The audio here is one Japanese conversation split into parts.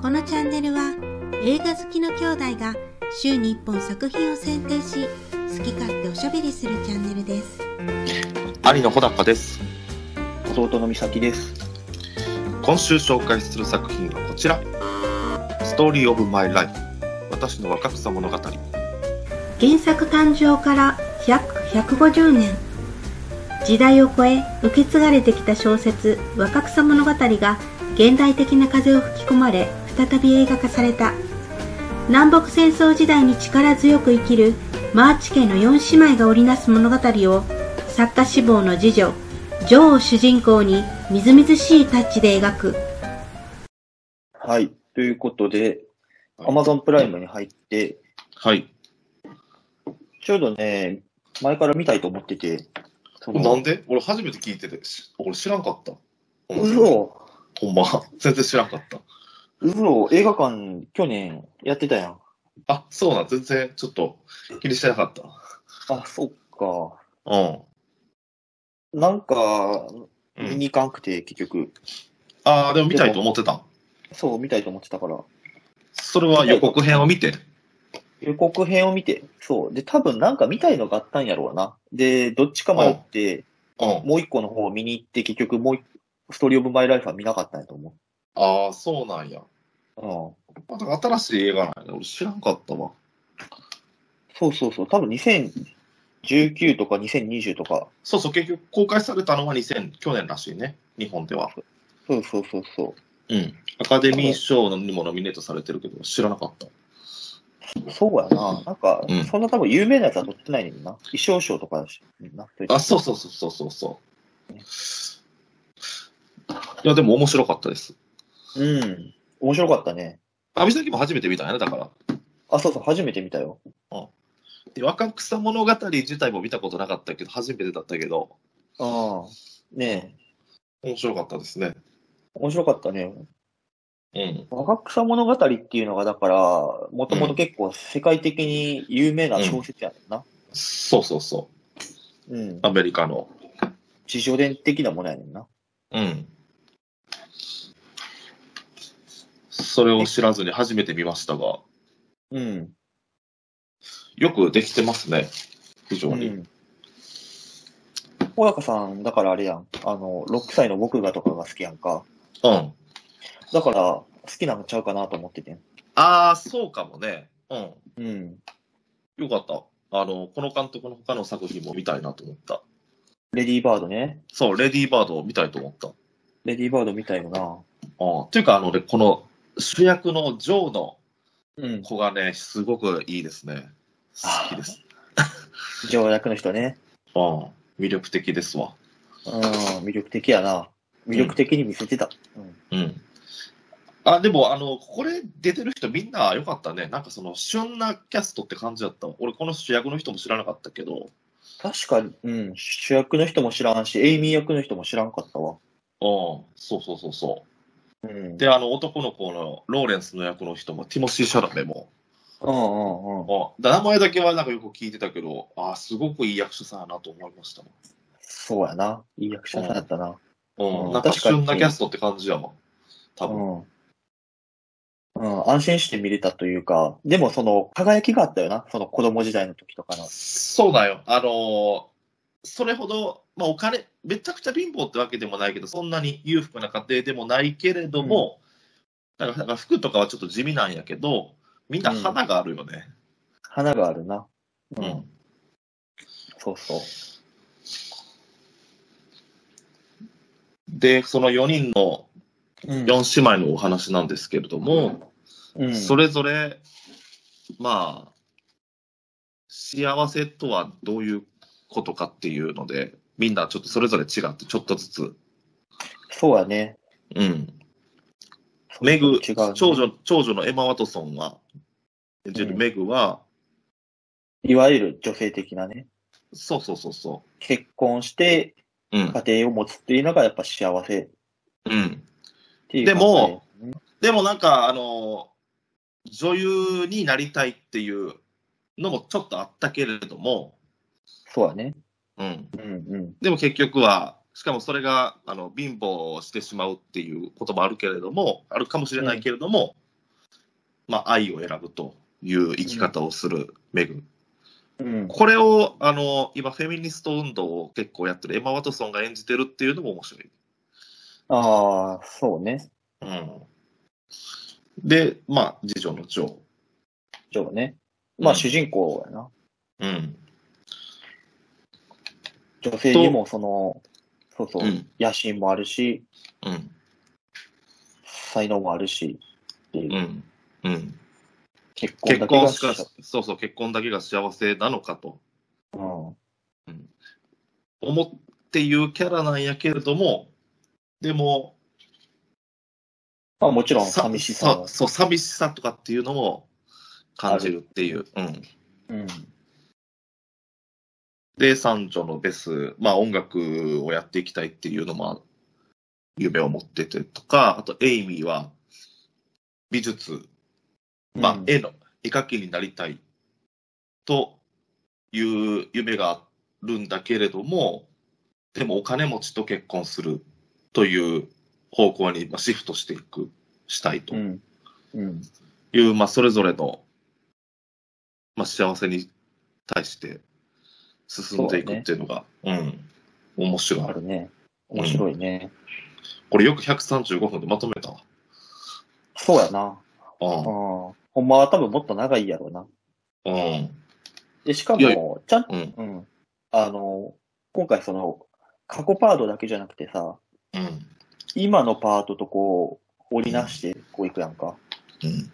このチャンネルは映画好きの兄弟が週に1本作品を選定し好き勝手おしゃべりするチャンネルです兄の穂高です弟の美咲です。今週紹介する作品はこちらストーリーオブマイライフ私の若草物語原作誕生から約150年時代を超え受け継がれてきた小説「若草物語」が現代的な風を吹き込まれ再び映画化された南北戦争時代に力強く生きるマーチ家の4姉妹が織りなす物語を作家志望の次女ジョーを主人公にみずみずしいタッチで描くはい。ということで、はい Amazon プライムに入って、はいちょうどね、前から見たいと思ってて、そのなんで俺初めて聞いててし俺知らんかったうそ、ほんま全然知らんかったうそ、映画館去年やってたやん。あそうなん全然ちょっと気にしてなかったあ、そっか。うんなんか、う見ん、に行かんくて、結局。ああ、でも見たいと思ってたん。そう、見たいと思ってたから。それは予告編を見て。予告編を見て、そう。で、多分なんか見たいのがあったんやろうな。で、どっちか迷って、うん。もう一個の方を見に行って、結局もう一ストーリーオブマイライフは見なかったんやと思ああ、そうなんや。う。うん。まだ新しい映画なんや。俺知らんかったわ。そうそうそう、多分2019とか2020とか、そうそう、結局公開されたのは2000、去年らしいね。日本では。そうそうそうそうん。アカデミー賞にもノミネートされてるけど、知らなかった。う、そうやな、なんか、うんそんな多分有名なやつは取ってないねんな、衣装賞とかやし、なそれあ、そうそうそうそうそうそう。いや、でも面白かったです。うん、面白かったね。阿部さんも初めて見たんやね、だから。あ、そうそう、初めて見たよ。で若草物語自体も見たことなかったけど、初めてだったけど、ああ、ねえ、面白かったですね。面白かったね。うん。若草物語っていうのが、だから、もともと結構世界的に有名な小説やねんな。そうそうそうんう。、アメリカの。自叙伝的なものやねんな。うん。それを知らずに初めて見ましたが、うん。よくできてますね。非常に。うん。小高さん、だからあれやん。あの、6歳の僕がとかが好きやんか。うん。だから、好きなのちゃうかなと思っててん。ああ、そうかもね。うん。うん。よかった。あの、この監督の他の作品も見たいなと思った。レディーバードね。そう、レディーバードを見たいと思った。レディーバードみたいよな。ああというか、あのね、この主役のジョーのうん。子がね、すごくいいですね。好きです。条約の人ね。ああ魅力的ですわ。うん。魅力的やな。魅力的に見せてた。うん。うん。あ、でも、あの、これ出てる人みんな良かったね。なんかその、旬なキャストって感じだったわ。俺、この主役の人も知らなかったけど、確かに、うん。主役の人も知らんし、エイミー役の人も知らんかったわ。ああそうそうそうそうう。ん。で、あの、男の子のローレンスの役の人も、ティモシー・シャラメも、うんうんうん。あ名前だけはなんかよく聞いてたけど、あすごくいい役者さんやなと思いました。そうやな。いい役者さんやったな。うん、うんなんか確かに旬なキャストって感じやわ。多う分。ん。うん、安心して見れたというか、でもその輝きがあったよな、その子供時代の時とかの。そうだよ。あのーそれほど、まあ、お金、めちゃくちゃ貧乏ってわけでもないけど、そんなに裕福な家庭でもないけれども、なんかなんか服とかはちょっと地味なんやけど、みんな花があるよね。花があるな。うう、んん。そうそう。で、その4人の、うん4姉妹のお話なんですけれども、うん、それぞれ、まあ、幸せとはどういうことかっていうので、みんなちょっとそれぞれ違って、ちょっとずつ、そうやね。うん。メグ、違うね長女、長女のエマ・ワトソンは、演じるうんメグは、いわゆる女性的なね、そうそうそうそ結婚してう。うん。家庭を持つっていうのがやっぱ幸せっうん。ていうでも考え、でもなんか、あの、女優になりたいっていうのもちょっとあったけれども、そうやね。うん。うんうん。でも結局は、しかもそれがあの貧乏をしてしまうっていうこともあるけれども、あるかもしれないけれども、まあ、愛を選ぶという生き方をするメグ。うん。これを、あの、今、フェミニスト運動を結構やってるエマ・ワトソンが演じてるっていうのも面白い。ああ、そうね。うん。で、まあ、次女のジョー。ジョーね。まあ、うん主人公やな。うん。女性にもその、そうそうう、ん。野心もあるし、うん。才能もあるし、っていううん。うん。結婚結だけ婚がしか、そうそう、結婚だけが幸せなのかとうん。思っていうキャラなんやけれども、でも、まあ、もちろんさ寂しさはさそう、寂しさとかっていうのも感じるっていう。うん。うん。で、三女のベス、まあ音楽をやっていきたいっていうのも、夢を持っててとか、あとエイミーは、美術、まあうん絵の、絵描きになりたいという夢があるんだけれども、でもお金持ちと結婚するという方向にまあシフトしていく、したいとういん。うん。う、まあそれぞれの、まあ幸せに対して進んでいくっていうのが、うん、面白あい。るね。面白いね。これよく135分でまとめたわ。そうやな。うん。うほんまは多分もっと長いやろうな。ん。うん。で、しかいやいやも、ちゃん、うん。うん。あの、今回その、過去パートだけじゃなくてさ、うん。今のパートとこう、織りなして、こういくやんか。うん。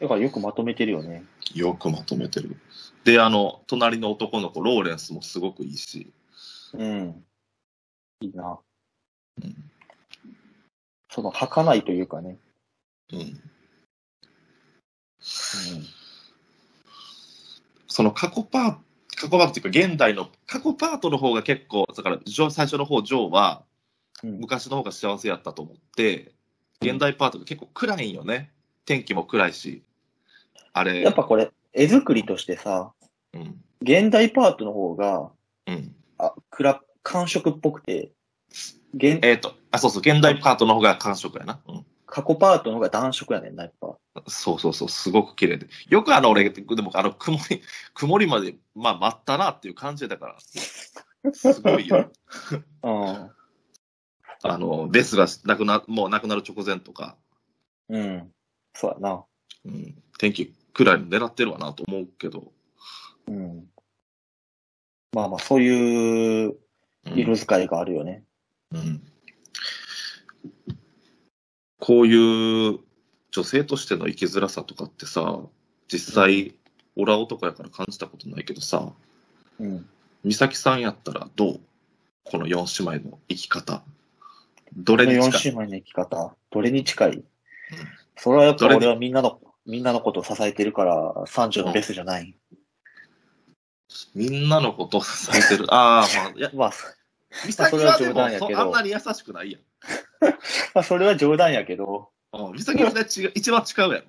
だからよくまとめてるよね。よくまとめてる。で、あの、隣の男の子、ローレンスもすごくいいし。うん。いいな。うん。その、儚いというかね。うん、うん。その過去パート、過去パートっていうか、現代の過去パートの方が結構、だから、ジョー最初の方、ジョーは、うん昔の方が幸せやったと思って、現代パートが結構暗いんよね。天気も暗いし。あれ。やっぱこれ、絵作りとしてさ、うん。現代パートの方が、うん。あ、暗、感触っぽくて、現、えっ、と、あ、そうそう、現代パートの方が感触やな。うん。過去パートの方が暖色やねんな、やっぱ。そうそうそう、すごく綺麗で。よくあの、俺、でも、あの、曇り、 曇りまで、まあ、待ったなっていう感じだから、すごい よ。うん。あの、ベスがなくな、もうなくなる直前とか、うん。そうやな。うん、天気くらいの狙ってるわなと思うけど、うん。まあまあ、そういううん色使いがあるよね。うんこういう女性としての生きづらさとかってさ、実際、オラ男やから感じたことないけどさ、うん。美咲さんやったらどうこの4姉妹の生き方。どれにこの近い4姉妹の生き方、どれに近い、それはやっぱどれに俺はみんなの、みんなのことを支えてるから、三女のベスじゃない。みんなのことを支えてる。ああ、まあ、いや、 まあ、そ美咲はでそれは冗も談やそけどあんなに優しくないやん。まあ、それは冗談やけど、うん美咲は違う一番違 うやん。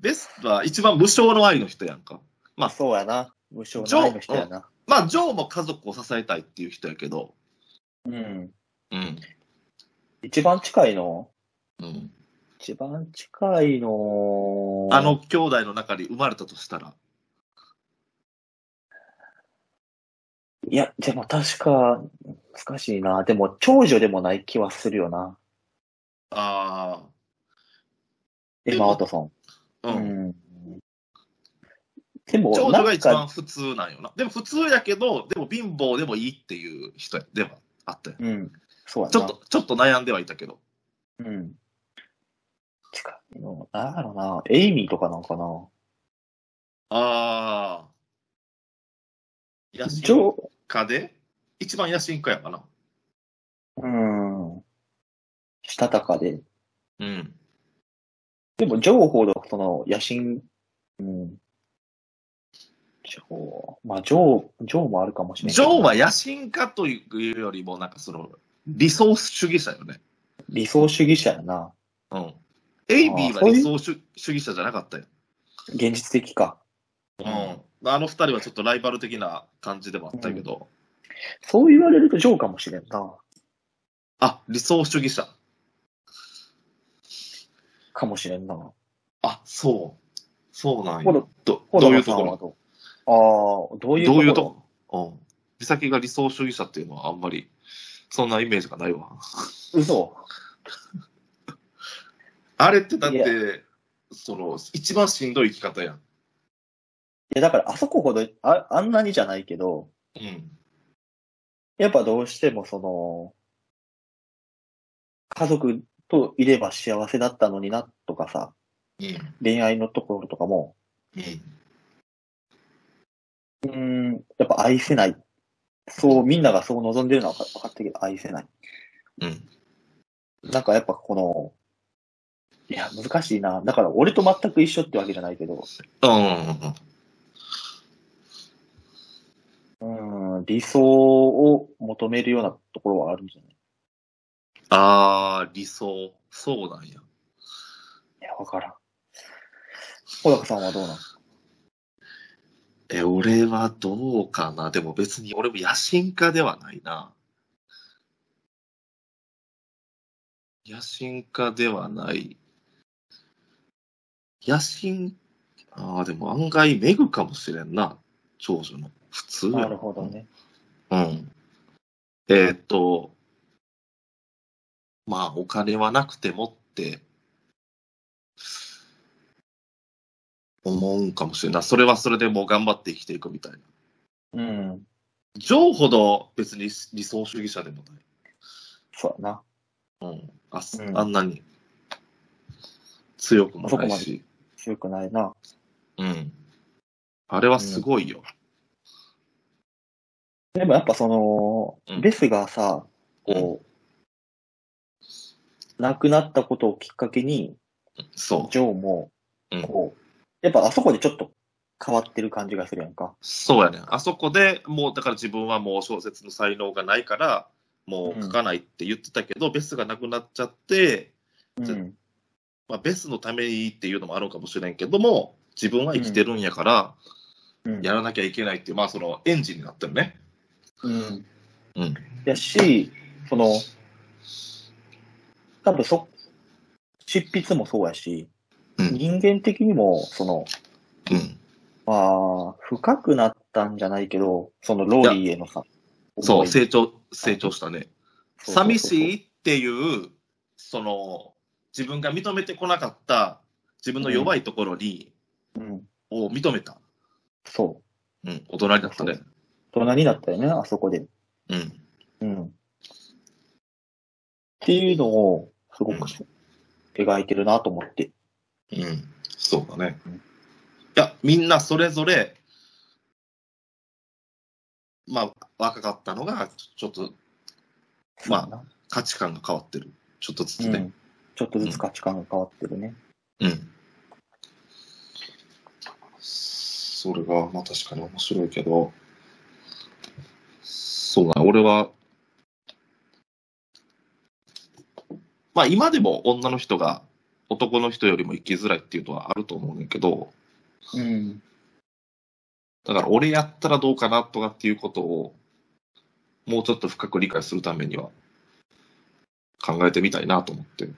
ベストは一番無償の愛の人やんか。まあそうやな。無償の愛の人やな。まあ、ジョーも家族を支えたいっていう人やけど、うん。うん。一番近いの、うん、一番近いの、あの、兄弟の中に生まれたとしたら、いや、でも確か、難しいな。でも、長女でもない気はするよな。あでエもマ・ワトソあ、ン。うん。うん。でも、長な女がんか一番普通なんよな。でも普通やけど、でも貧乏でもいいっていう人ではあったよ。うん。そうやな。ちょっと、ちょっと悩んではいたけど。うん。近いの、なんだろうな。エイミーとかなんかな。ああ。野ジ心ョ家で一番野心家やかな。ー、うん。したたかで。うん。でも、ジョーほど、その、野心、うん。ジョー、まあ、ジョー、ジョーもあるかもしれないジけど。ョーは野心家というよりも、なんかその、理想主義者よね。理想主義者やな。うん。エイビーあーそはういう理想主主義者じゃなかったよ。現実的か。うん。あの二人はちょっとライバル的な感じでもあったけど、そう言われるとジョーかもしれんな。あ、理想主義者。かもしれんな。あ、そう。そうなんほらや。どどういうところろああ、どういうところどういうとこうん。美咲が理想主義者っていうのはあんまり、そんなイメージがないわ。嘘。あれってだっいやて、その、一番しんどい生き方やん。いや、だからあそこほど、ああんなにじゃないけど、うん。やっぱどうしてもその、家族といれば幸せだったのになとかさ、うん。恋愛のところとかも、うん。うーん、やっぱ愛せない。そう、みんながそう望んでるのは分か分かったけど、愛せない。うん。なんかやっぱこの、いや、難しいな。だから俺と全く一緒ってわけじゃないけど、うん。うーん、理想を求めるようなところはあるんじゃないあー、理想。そうなんや。いや、分からん。小高さんはどうなんえ、俺はどうかな。でも別に俺も野心家ではないな。野心家ではない。野心、ああ、でも案外めぐかもしれんな。長女の。普通やなるほど。ね。うん。えーっと、まあ、お金はなくてもって、思うんかもしれんない。それはそれでもう頑張って生きていくみたいな。うん、ジョーほど別に理想主義者でもそうだな。ない。うん。あ,、うんあんなに強くもそこないまでし。強くないな。うん。あれはすごいよ。でもやっぱそのう、んですがさ、こう、亡くなったことをきっかけに、そジョーもう。うん、こう、やっぱあそこでちょっと変わってる感じがするやんか。そうやね。あそこでもう、だから自分はもう小説の才能がないから、もう書かないって言ってたけど、ベスがなくなっちゃって、うちょん。まあ、ベスのためにっていうのもあるかもしれんけども、自分は生きてるんやから、うんやらなきゃいけないっていう、まあ、その、エンジンになってるね。うん。うん。やし、その、多分そ、執筆もそうやし、うん。人間的にも、その、うん。まあ、深くなったんじゃないけど、そのローリーへのさ、そ思う、い成長、成長したね。そうそうそう寂しいっていう、その、自分が認めてこなかった、自分の弱いところに、うん、を認めた。そう。うん。大人になったね。大人になったよね、あそこで。うん。うん。っていうのを、すごうんく描いてるなと思って。うん、そうだねうん。いや、みんなそれぞれ、まあ、若かったのが、ちょちょっとまあ、価値観が変わってる。ちょっとずうつね。ん。ちょっとずつ価値観が変わってるね。うん。それが、まあ確かに面白いけど、そうだ、俺は、まあ今でも女の人が男の人よりも生きづらいっていうのはあると思うねんだけど、うん。だから俺やったらどうかなとかっていうことを、もうちょっと深く理解するためには、考えてみたいなと思って。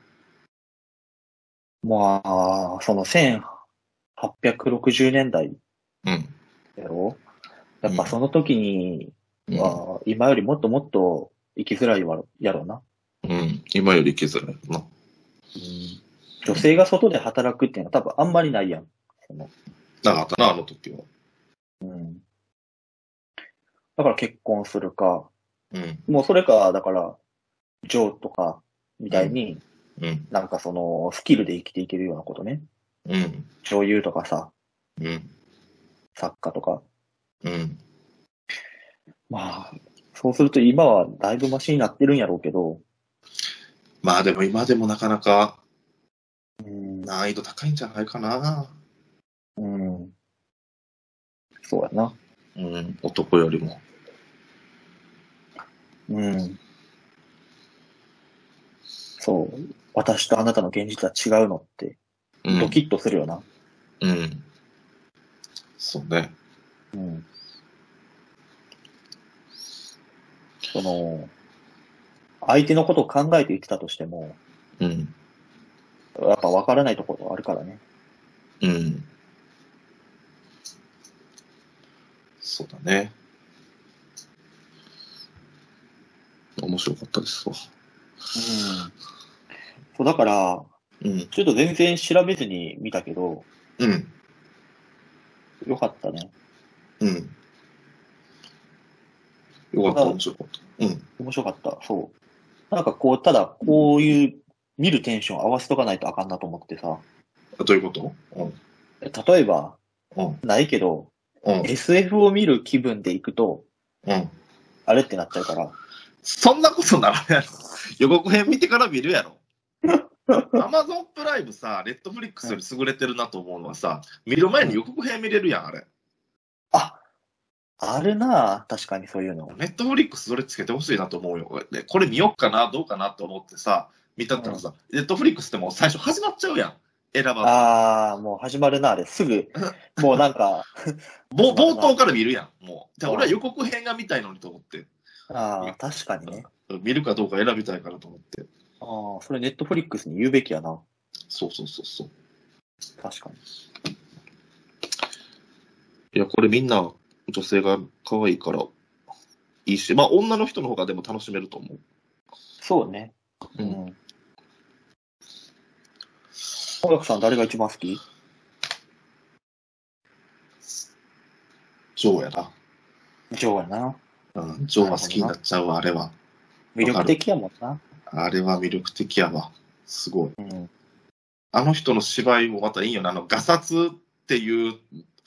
まあ、その1860年代うん。だよ。やっぱその時にうんは、今よりもっともっと生きづらいわやろうな。うん。今より生きづらいな。女性が外で働くっていうのは多分あんまりないやん。そのなかったな、あの時は。うん。だから結婚するか、うん。もうそれか、だから、ジョーとかみたいに、うん。なんかその、スキルで生きていけるようなことね。うん。女優とかさ、うん。作家とか。うん。まあ、そうすると今はだいぶマシになってるんやろうけど、まあでも今でもなかなかうん、難易度高いんじゃないかな。うん。そうやな。うん。男よりも。うん。そう。私とあなたの現実は違うのって、うんドキッとするよな。うん。そうね。うん。その、相手のことを考えて生きたとしても、うん。やっぱ分からないところがあるからね。うん。そうだね。面白かったですわ。うん。そう、だから、うん。ちょっと全然調べずに見たけど、うん。よかったね。うん。よかった、面白かった。うん。面白かった。そう。なんかこう、ただ、こういう、見るテンション合わせとかないとあかんなと思ってさ。あどういうことうん。例えば、うん。ないけど、うん。 SF を見る気分で行くと、うん。あれってなっちゃうから。そんなことならないやろ。 予告編見てから見るやろ。 アマゾンプライムさ、レッドフリックスより優れてるなと思うのはさ、見る前に予告編見れるやん、あれ。ああるなぁ確かにそういうの。ネットフリックスそれつけてほしいなと思うよ。でこれ見よっかな、どうかなと思ってさ、見たったらさ、ネットフリックスってもう最初始まっちゃうやん。選ばああ、もう始まるな、あれ。すぐ、もうなんか、ず。もうそうだ冒な頭から見るやん。もう。でうん俺は予告編が見たいのにと思って。ああ、確かにね。見るかどうか選びたいからと思って。ああ、それネットフリックスに言うべきやな。そうそうそうそう。確かに。いや、これみんな女性が可愛いからいいし、まあ女の人の方がでも楽しめると思う。そうね。ううんん。小学さん、誰が一番好きジョーやな。ジョーやな。うん、ジョーは好きになっちゃうわ、あれは。魅力的やもんな。あれは魅力的やわ。すごい。うん。あの人の芝居もまたいいよね。あの、ガサツっていう、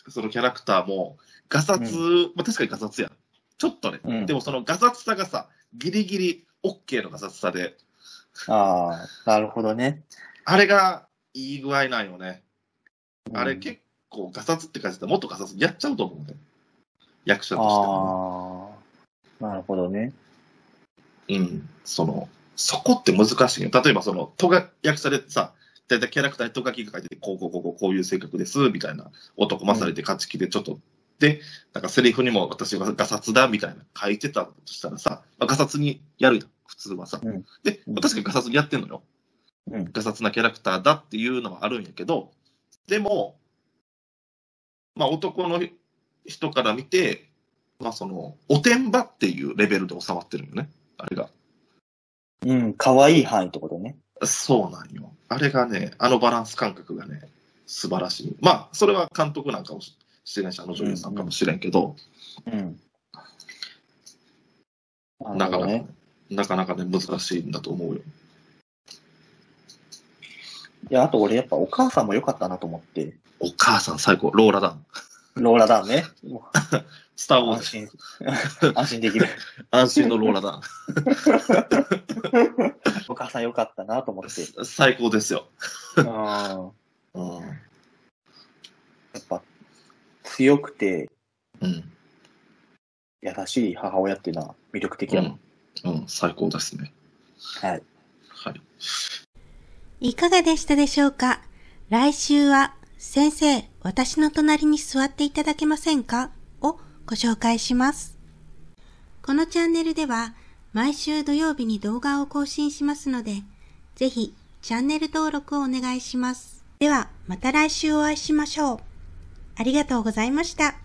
そのキャラクターも、ガサツ、まあ確かにガサツやん。ちょっとね。うんでもそのガサツさがさ、ギリギリ OK のガサツさで、ああ、なるほどね。あれがいい具合なんよね。あれうん結構ガサツって感じでもっとガサツやっちゃうと思うね。役者としてもね。ああ、なるほどね。うん、その、そこって難しいよ。例えば、その、とが、役者でさ、だいたいキャラクターにとがきが書いてて、こう、こう、こう、こうこういう性格です、みたいな、男まされて勝ち気で、ちょっと、で、なんかセリフにも私はガサツだ、みたいな、書いてたとしたらさ、まあ、ガサツにやるよ、普通はさ。うんで、うん確かにガサツにやってんのよ。うんガサツなキャラクターだっていうのはあるんやけど、でも、まあ、男の人から見て、まあ、その、おてんばっていうレベルで収まってるよね、あれが。うん、可愛い範囲ってことね。そうなんよ。あれがね、あのバランス感覚がね、素晴らしい。まあ、それは監督なんかもしれないし、あの女優さんかもしれんけど、うん。なかなか、ね。なかなかね、難しいんだと思うよ。いや、あと俺やっぱお母さんも良かったなと思って。お母さん最高、ローラダン。ローラダンね。もスター・うウォー安ズ、心、安心できる。安心のローラダン。お母さん良かったなと思って。 最高ですよ。うん。やうん。っぱ、強くてうん。優しい母親っていうのは魅力的だもん。うん、最高ですね。はい。はい。いかがでしたでしょうか来週は、先生、私の隣に座っていただけませんかをご紹介します。このチャンネルでは、毎週土曜日に動画を更新しますので、ぜひ、チャンネル登録をお願いします。では、また来週お会いしましょう。ありがとうございました。